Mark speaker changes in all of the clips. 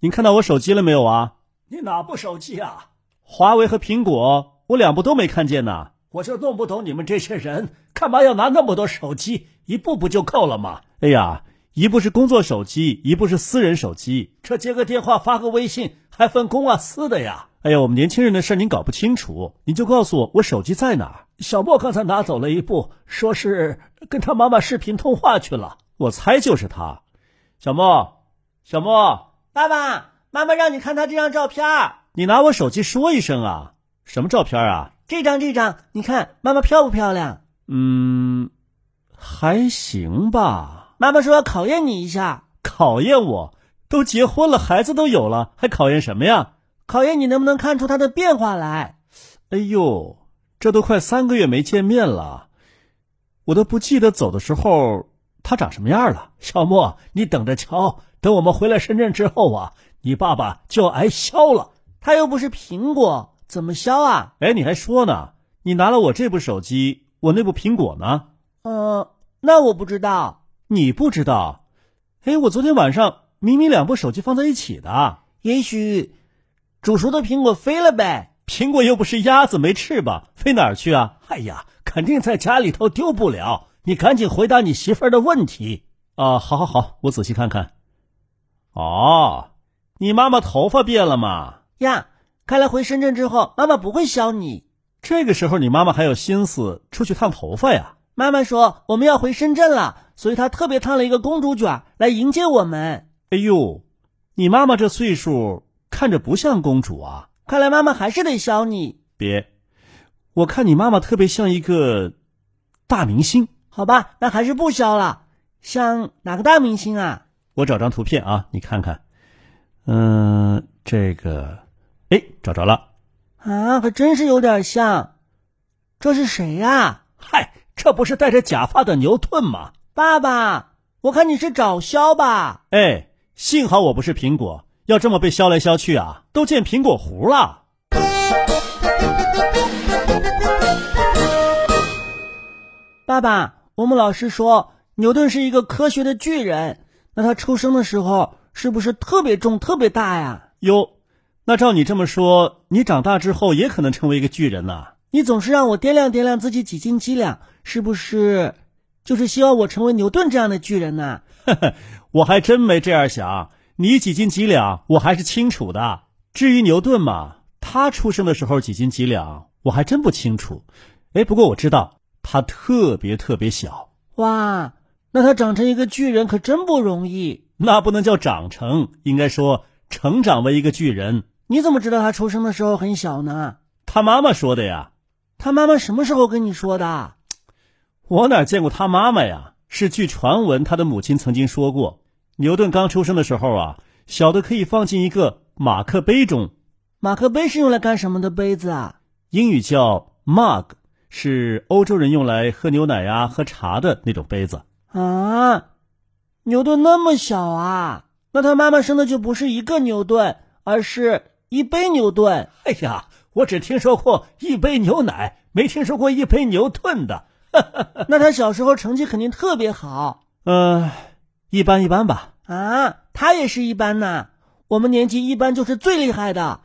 Speaker 1: 您看到我手机了没有啊？
Speaker 2: 你哪部手机啊？
Speaker 1: 华为和苹果，我两部都没看见呢。
Speaker 2: 我就弄不懂你们这些人干嘛要拿那么多手机，一部不就够了吗？
Speaker 1: 哎呀，一部是工作手机，一部是私人手机。
Speaker 2: 这接个电话、发个微信，还分公啊私的呀？
Speaker 1: 哎呀，我们年轻人的事您搞不清楚，您就告诉我我手机在哪儿。
Speaker 2: 小莫刚才拿走了一部，说是跟他妈妈视频通话去了。
Speaker 1: 我猜就是他，小莫，小莫，
Speaker 3: 爸爸妈妈让你看他这张照片，
Speaker 1: 你拿我手机说一声啊！什么照片啊？
Speaker 3: 这张这张，你看妈妈漂不漂亮？
Speaker 1: 嗯，还行吧。
Speaker 3: 妈妈说要考验你一下，
Speaker 1: 考验我？都结婚了，孩子都有了，还考验什么呀？
Speaker 3: 考验你能不能看出他的变化来。
Speaker 1: 哎呦，这都快三个月没见面了，我都不记得走的时候。他长什么样了？
Speaker 2: 小莫，你等着瞧！等我们回来深圳之后啊，你爸爸就挨削了。
Speaker 3: 他又不是苹果，怎么削啊？
Speaker 1: 哎，你还说呢？你拿了我这部手机，我那部苹果呢？
Speaker 3: 呃，那我不知道。
Speaker 1: 你不知道？哎，我昨天晚上明明两部手机放在一起的。
Speaker 3: 也许煮熟的苹果飞了呗？
Speaker 1: 苹果又不是鸭子，没翅膀，飞哪儿去啊？
Speaker 2: 哎呀，肯定在家里头丢不了。你赶紧回答你媳妇儿的问题
Speaker 1: 啊！好好好，我仔细看看。哦，你妈妈头发变了嘛？
Speaker 3: 呀，看来回深圳之后，妈妈不会削你。
Speaker 1: 这个时候，你妈妈还有心思出去烫头发呀？
Speaker 3: 妈妈说我们要回深圳了，所以她特别烫了一个公主卷来迎接我们。
Speaker 1: 哎呦，你妈妈这岁数看着不像公主啊！
Speaker 3: 看来妈妈还是得削你。
Speaker 1: 别，我看你妈妈特别像一个大明星。
Speaker 3: 好吧，那还是不削了。像哪个大明星啊？
Speaker 1: 我找张图片啊，你看看。嗯、呃，这个，哎，找着了。
Speaker 3: 啊，还真是有点像。这是谁呀、啊？
Speaker 2: 嗨，这不是戴着假发的牛顿吗？
Speaker 3: 爸爸，我看你是找削吧。
Speaker 1: 哎，幸好我不是苹果，要这么被削来削去啊，都见苹果核了。
Speaker 3: 爸爸。我们老师说，牛顿是一个科学的巨人。那他出生的时候是不是特别重、特别大呀？
Speaker 1: 哟，那照你这么说，你长大之后也可能成为一个巨人呐、啊？
Speaker 3: 你总是让我掂量掂量自己几斤几两，是不是？就是希望我成为牛顿这样的巨人呐、
Speaker 1: 啊？ 我还真没这样想。你几斤几两，我还是清楚的。至于牛顿嘛，他出生的时候几斤几两，我还真不清楚。哎，不过我知道。他特别特别小，
Speaker 3: 哇！那他长成一个巨人可真不容易。
Speaker 1: 那不能叫长成，应该说成长为一个巨人。
Speaker 3: 你怎么知道他出生的时候很小呢？
Speaker 1: 他妈妈说的呀。
Speaker 3: 他妈妈什么时候跟你说的？
Speaker 1: 我哪见过他妈妈呀？是据传闻，他的母亲曾经说过，牛顿刚出生的时候啊，小的可以放进一个马克杯中。
Speaker 3: 马克杯是用来干什么的杯子啊？
Speaker 1: 英语叫 mug。是欧洲人用来喝牛奶呀、喝茶的那种杯子
Speaker 3: 啊。牛顿那么小啊，那他妈妈生的就不是一个牛顿，而是一杯牛顿。
Speaker 2: 哎呀，我只听说过一杯牛奶，没听说过一杯牛顿的。
Speaker 3: 那他小时候成绩肯定特别好。
Speaker 1: 呃，一般一般吧。
Speaker 3: 啊，他也是一般呐。我们年级一般就是最厉害的。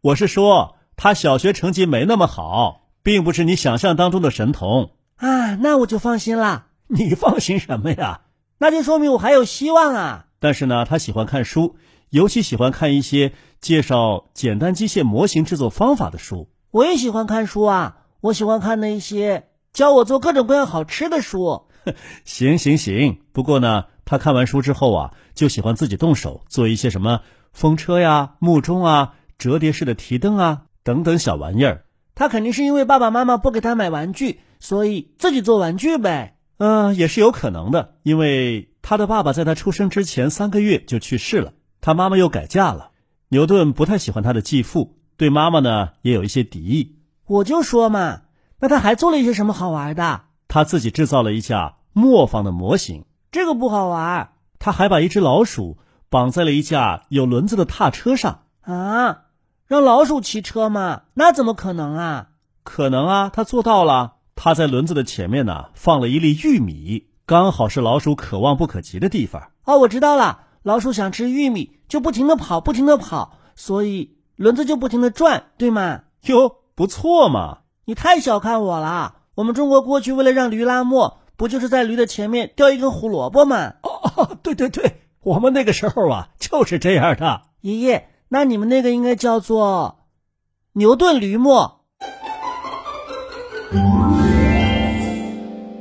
Speaker 1: 我是说，他小学成绩没那么好。并不是你想象当中的神童
Speaker 3: 啊，那我就放心啦。
Speaker 2: 你放心什么呀？
Speaker 3: 那就说明我还有希望啊。
Speaker 1: 但是呢，他喜欢看书，尤其喜欢看一些介绍简单机械模型制作方法的书。
Speaker 3: 我也喜欢看书啊，我喜欢看那些教我做各种各样好吃的书。
Speaker 1: 行行行，不过呢，他看完书之后啊，就喜欢自己动手做一些什么风车呀、木钟啊、折叠式的提灯啊等等小玩意儿。
Speaker 3: 他肯定是因为爸爸妈妈不给他买玩具，所以自己做玩具呗。
Speaker 1: 嗯、呃，也是有可能的，因为他的爸爸在他出生之前三个月就去世了，他他妈妈又改嫁了。牛顿不太喜欢他的继父，对妈妈呢也有一些敌意。
Speaker 3: 我就说嘛，那他还做了一些什么好玩的？
Speaker 1: 他自己制造了一架磨坊的模型，
Speaker 3: 这个不好玩
Speaker 1: 他还把一只老鼠绑在了一架有轮子的踏车上。
Speaker 3: 啊！让老鼠骑车嘛？那怎么可能啊？
Speaker 1: 可能啊，他做到了。他在轮子的前面呢、啊、放了一粒玉米，刚好是老鼠可望不可及的地方。
Speaker 3: 哦，我知道了，老鼠想吃玉米，就不停的跑，不停的跑，所以轮子就不停的转，对吗？
Speaker 1: 哟，不错嘛！
Speaker 3: 你太小看我了。我们中国过去为了让驴拉磨，不就是在驴的前面吊一根胡萝卜吗？
Speaker 2: 哦哦，对对对，我们那个时候啊就是这样的。
Speaker 3: 爷爷，那你们那个应该叫做牛顿驴磨。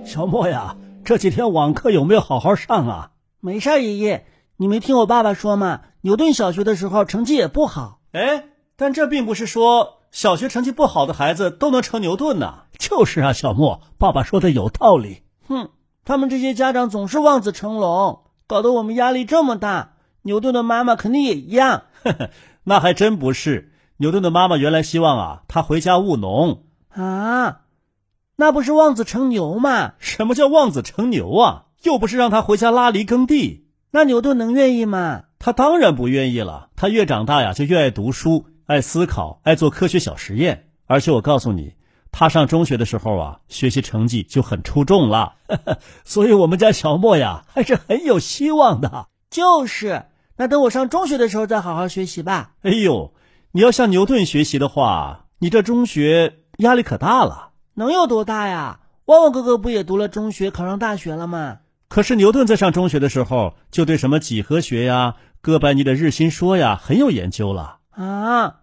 Speaker 2: 小莫呀，这几天网课有没有好好上啊？
Speaker 3: 没事，爷爷，你没听我爸爸说吗？牛顿小学的时候成绩也不好。
Speaker 1: 哎，但这并不是说。小学成绩不好的孩子都能成牛顿呐！
Speaker 2: 就是啊，小莫，爸爸说的有道理。
Speaker 3: 哼，他们这些家长总是望子成龙，搞得我们压力这么大。牛顿的妈妈肯定也一样。
Speaker 1: 呵呵，那还真不是。牛顿的妈妈原来希望啊，他回家务农
Speaker 3: 啊，那不是望子成牛吗？
Speaker 1: 什么叫望子成牛啊？又不是让他回家拉犁耕地。
Speaker 3: 那牛顿能愿意吗？
Speaker 1: 他当然不愿意了。他越长大呀，就越爱读书。爱思考，爱做科学小实验，而且我告诉你，他上中学的时候啊，学习成绩就很出众了。
Speaker 2: 所以，我们家小莫呀，还是很有希望的。
Speaker 3: 就是，那等我上中学的时候再好好学习吧。
Speaker 1: 哎呦，你要向牛顿学习的话，你这中学压力可大了。
Speaker 3: 能有多大呀？旺旺哥哥不也读了中学，考上大学了吗？
Speaker 1: 可是牛顿在上中学的时候，就对什么几何学呀、哥白尼的日心说呀，很有研究了。
Speaker 3: 啊，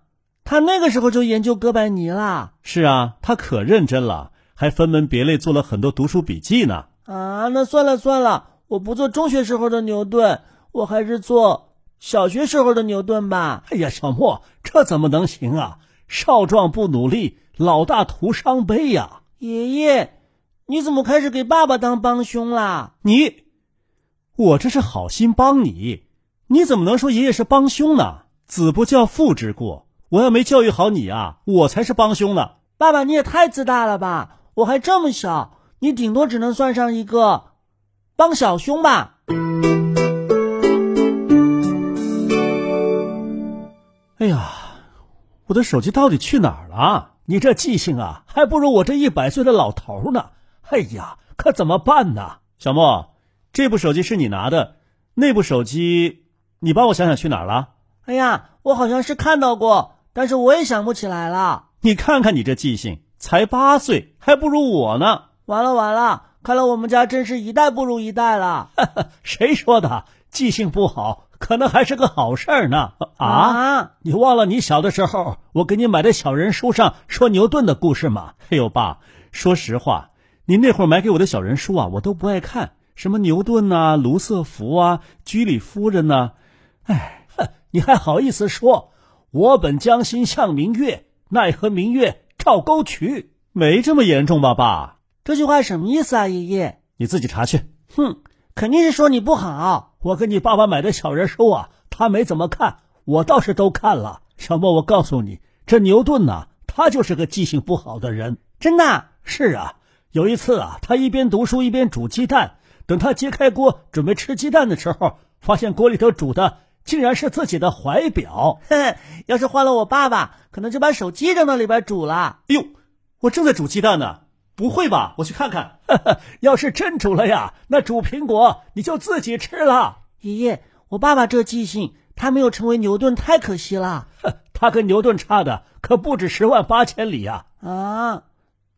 Speaker 3: 他那个时候就研究哥白尼啦。
Speaker 1: 是啊，他可认真了，还分门别类做了很多读书笔记呢。
Speaker 3: 啊，那算了算了，我不做中学时候的牛顿，我还是做小学时候的牛顿吧。
Speaker 2: 哎呀，小莫，这怎么能行啊？少壮不努力，老大徒伤悲呀、啊。
Speaker 3: 爷爷，你怎么开始给爸爸当帮凶啦？
Speaker 1: 你，我这是好心帮你，你怎么能说爷爷是帮凶呢？子不教，父之过。我要没教育好你啊，我才是帮凶呢。
Speaker 3: 爸爸，你也太自大了吧！我还这么小，你顶多只能算上一个帮小凶吧。
Speaker 1: 哎呀，我的手机到底去哪儿了？
Speaker 2: 你这记性啊，还不如我这一百岁的老头呢。哎呀，可怎么办呢？
Speaker 1: 小莫，这部手机是你拿的，那部手机你帮我想想去哪儿了？
Speaker 3: 哎呀，我好像是看到过，但是我也想不起来了。
Speaker 1: 你看看你这记性，才八岁，还不如我呢。
Speaker 3: 完了完了，看来我们家真是一代不如一代了。
Speaker 2: 谁说的？记性不好，可能还是个好事儿呢。
Speaker 3: 啊，啊
Speaker 2: 你忘了你小的时候，我给你买的小人书上说牛顿的故事吗？
Speaker 1: 哎呦，爸，说实话，您那会儿买给我的小人书啊，我都不爱看，什么牛顿呐、啊、卢瑟福啊、居里夫人呐、啊，哎。
Speaker 2: 你还好意思说“我本将心向明月，奈何明月照沟渠”？
Speaker 1: 没这么严重吧，爸？
Speaker 3: 这句话什么意思啊，爷爷？
Speaker 1: 你自己查去。
Speaker 3: 哼，肯定是说你不好。
Speaker 2: 我给你爸爸买的小人书啊，他没怎么看，我倒是都看了。小莫，我告诉你，这牛顿呐、啊，他就是个记性不好的人。
Speaker 3: 真的、
Speaker 2: 啊？是啊，有一次啊，他一边读书一边煮鸡蛋，等他揭开锅准备吃鸡蛋的时候，发现锅里头煮的。竟然是自己的怀表！
Speaker 3: 要是换了我爸爸，可能就把手机扔到里边煮了。
Speaker 1: 哎呦，我正在煮鸡蛋呢，不会吧？我去看看。
Speaker 2: 要是真煮了呀，那煮苹果你就自己吃了。
Speaker 3: 爷爷，我爸爸这记性，他没有成为牛顿太可惜了。
Speaker 2: 他跟牛顿差的可不止十万八千里呀、
Speaker 3: 啊！啊，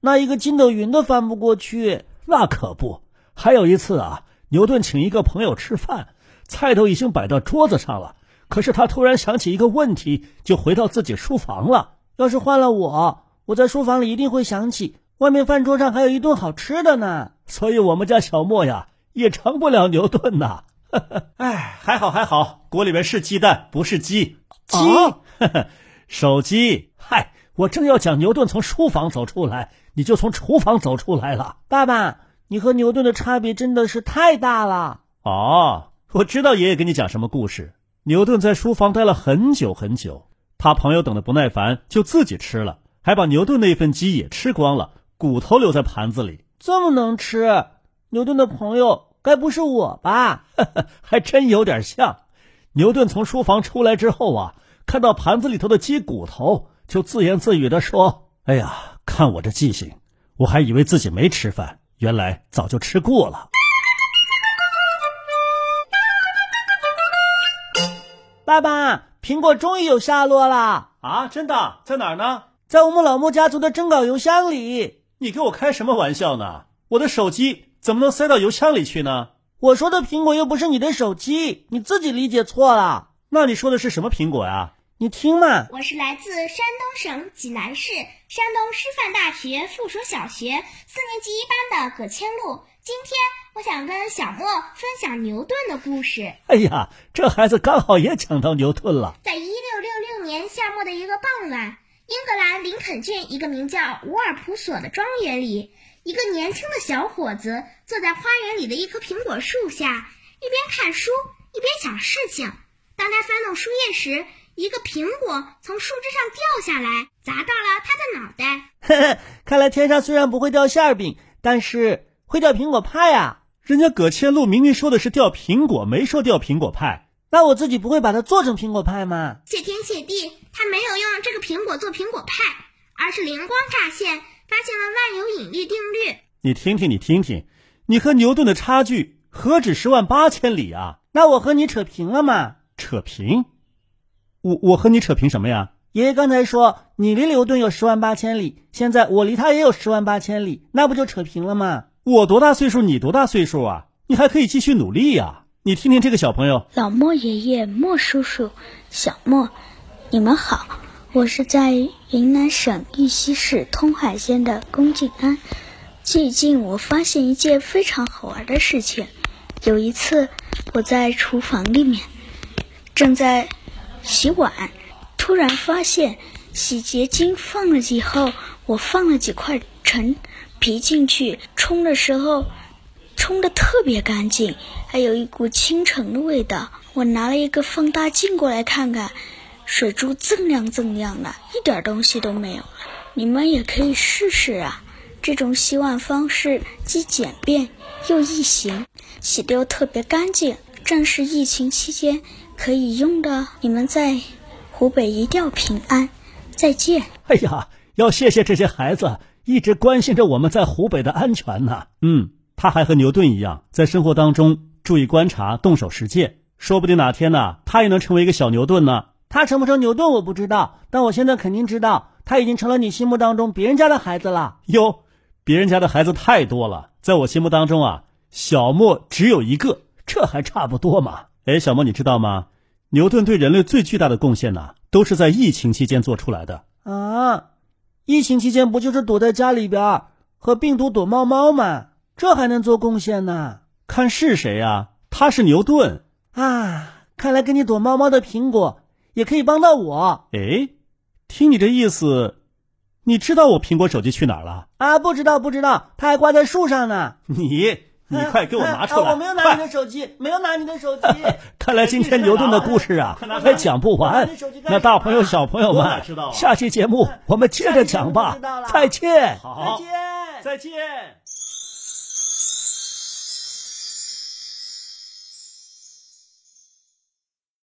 Speaker 3: 那一个筋斗云都翻不过去。
Speaker 2: 那可不。还有一次啊，牛顿请一个朋友吃饭。菜都已经摆到桌子上了，可是他突然想起一个问题，就回到自己书房了。
Speaker 3: 要是换了我，我在书房里一定会想起，外面饭桌上还有一顿好吃的呢。
Speaker 2: 所以，我们家小莫呀，也成不了牛顿呐。
Speaker 1: 哎还好还好，锅里面是鸡蛋，不是鸡。啊
Speaker 3: 鸡，
Speaker 1: 手机。
Speaker 2: 嗨，我正要讲牛顿从书房走出来，你就从厨房走出来了。
Speaker 3: 爸爸，你和牛顿的差别真的是太大了。
Speaker 1: 哦。我知道爷爷给你讲什么故事，牛顿在书房待了很久很久，他朋友等得不耐烦，就自己吃了，还把牛顿那份鸡也吃光了，骨头留在盘子里。
Speaker 3: 这么能吃，牛顿的朋友该不是我吧？
Speaker 1: 还真有点像。牛顿从书房出来之后啊，看到盘子里头的鸡骨头，就自言自语地说：“哎呀，看我这记性，我还以为自己没吃饭，原来早就吃过了。”
Speaker 3: 爸爸，苹果终于有下落了
Speaker 1: 啊！真的，在哪儿呢？
Speaker 3: 在我们老莫家族的征稿邮箱里。
Speaker 1: 你给我开什么玩笑呢？我的手机怎么能塞到邮箱里去呢？
Speaker 3: 我说的苹果又不是你的手机，你自己理解错了。
Speaker 1: 那你说的是什么苹果呀、啊？
Speaker 3: 你听嘛，
Speaker 4: 我是来自山东省济南市山东师范大学附属小学四年级一班的葛千露。今天我想跟小莫分享牛顿的故事。
Speaker 1: 哎呀，这孩子刚好也讲到牛顿了。
Speaker 4: 在一六六六年夏末的一个傍晚，英格兰林肯郡一个名叫伍尔普索的庄园里。一个年轻的小伙子坐在花园里的一棵苹果树下，一边看书一边想事情。当他翻动书页时，一个苹果从树枝上掉下来，砸到了他的脑袋。
Speaker 3: 呵呵， 看来天上虽然不会掉馅饼，但是会掉苹果派啊！
Speaker 1: 人家葛千露明明说的是掉苹果，没说掉苹果派。
Speaker 3: 那我自己不会把它做成苹果派吗？
Speaker 4: 谢天谢地，他没有用这个苹果做苹果派，而是灵光乍现。发现了万有引力定律。
Speaker 1: 你听听，你听听，你和牛顿的差距何止十万八千里啊！
Speaker 3: 那我和你扯平了嘛？
Speaker 1: 扯平？我我和你扯平什么呀？
Speaker 3: 爷爷刚才说你离牛顿有十万八千里，现在我离他也有十万八千里，那不就扯平了吗？
Speaker 1: 我多大岁数？你多大岁数啊？你还可以继续努力呀、啊！你听听这个小朋友，
Speaker 5: 老莫爷爷、莫叔叔、小莫，你们好。我是在云南省玉溪市通海县的龚静安。最近我发现一件非常好玩的事情。有一次，我在厨房里面正在洗碗，突然发现洗洁精放了以后，我放了几块陈皮进去，冲的时候冲的特别干净，还有一股清晨的味道。我拿了一个放大镜过来看看。水珠锃亮锃亮的，一点东西都没有了。你们也可以试试啊！这种洗碗方式既简便又易行，洗的又特别干净，正是疫情期间可以用的。你们在湖北一定要平安，再见！
Speaker 1: 哎呀，要谢谢这些孩子一直关心着我们在湖北的安全呢、啊。嗯，他还和牛顿一样，在生活当中注意观察，动手实践，说不定哪天呢、啊，他也能成为一个小牛顿呢。
Speaker 3: 他成不成牛顿我不知道，但我现在肯定知道，他已经成了你心目当中别人家的孩子了。
Speaker 1: 哟，别人家的孩子太多了，在我心目当中啊，小莫只有一个，这还差不多嘛。哎，小莫，你知道吗？牛顿对人类最巨大的贡献呢、啊，都是在疫情期间做出来的。
Speaker 3: 啊，疫情期间不就是躲在家里边和病毒躲猫猫吗？这还能做贡献呢？
Speaker 1: 看是谁啊？他是牛顿
Speaker 3: 啊！看来跟你躲猫猫的苹果。也可以帮到我。
Speaker 1: 哎，听你这意思，你知道我苹果手机去哪儿了？
Speaker 3: 啊，不知道，不知道，它还挂在树上呢。
Speaker 1: 你，你快给我拿出来！
Speaker 3: 啊啊、我没有拿你的手机，没有拿你的手机。
Speaker 1: 看来今天牛顿的故事啊，还讲不完。那大朋友、小朋友们，啊下期节目我们接着讲吧。再见。
Speaker 3: 好，再见，
Speaker 1: 再见。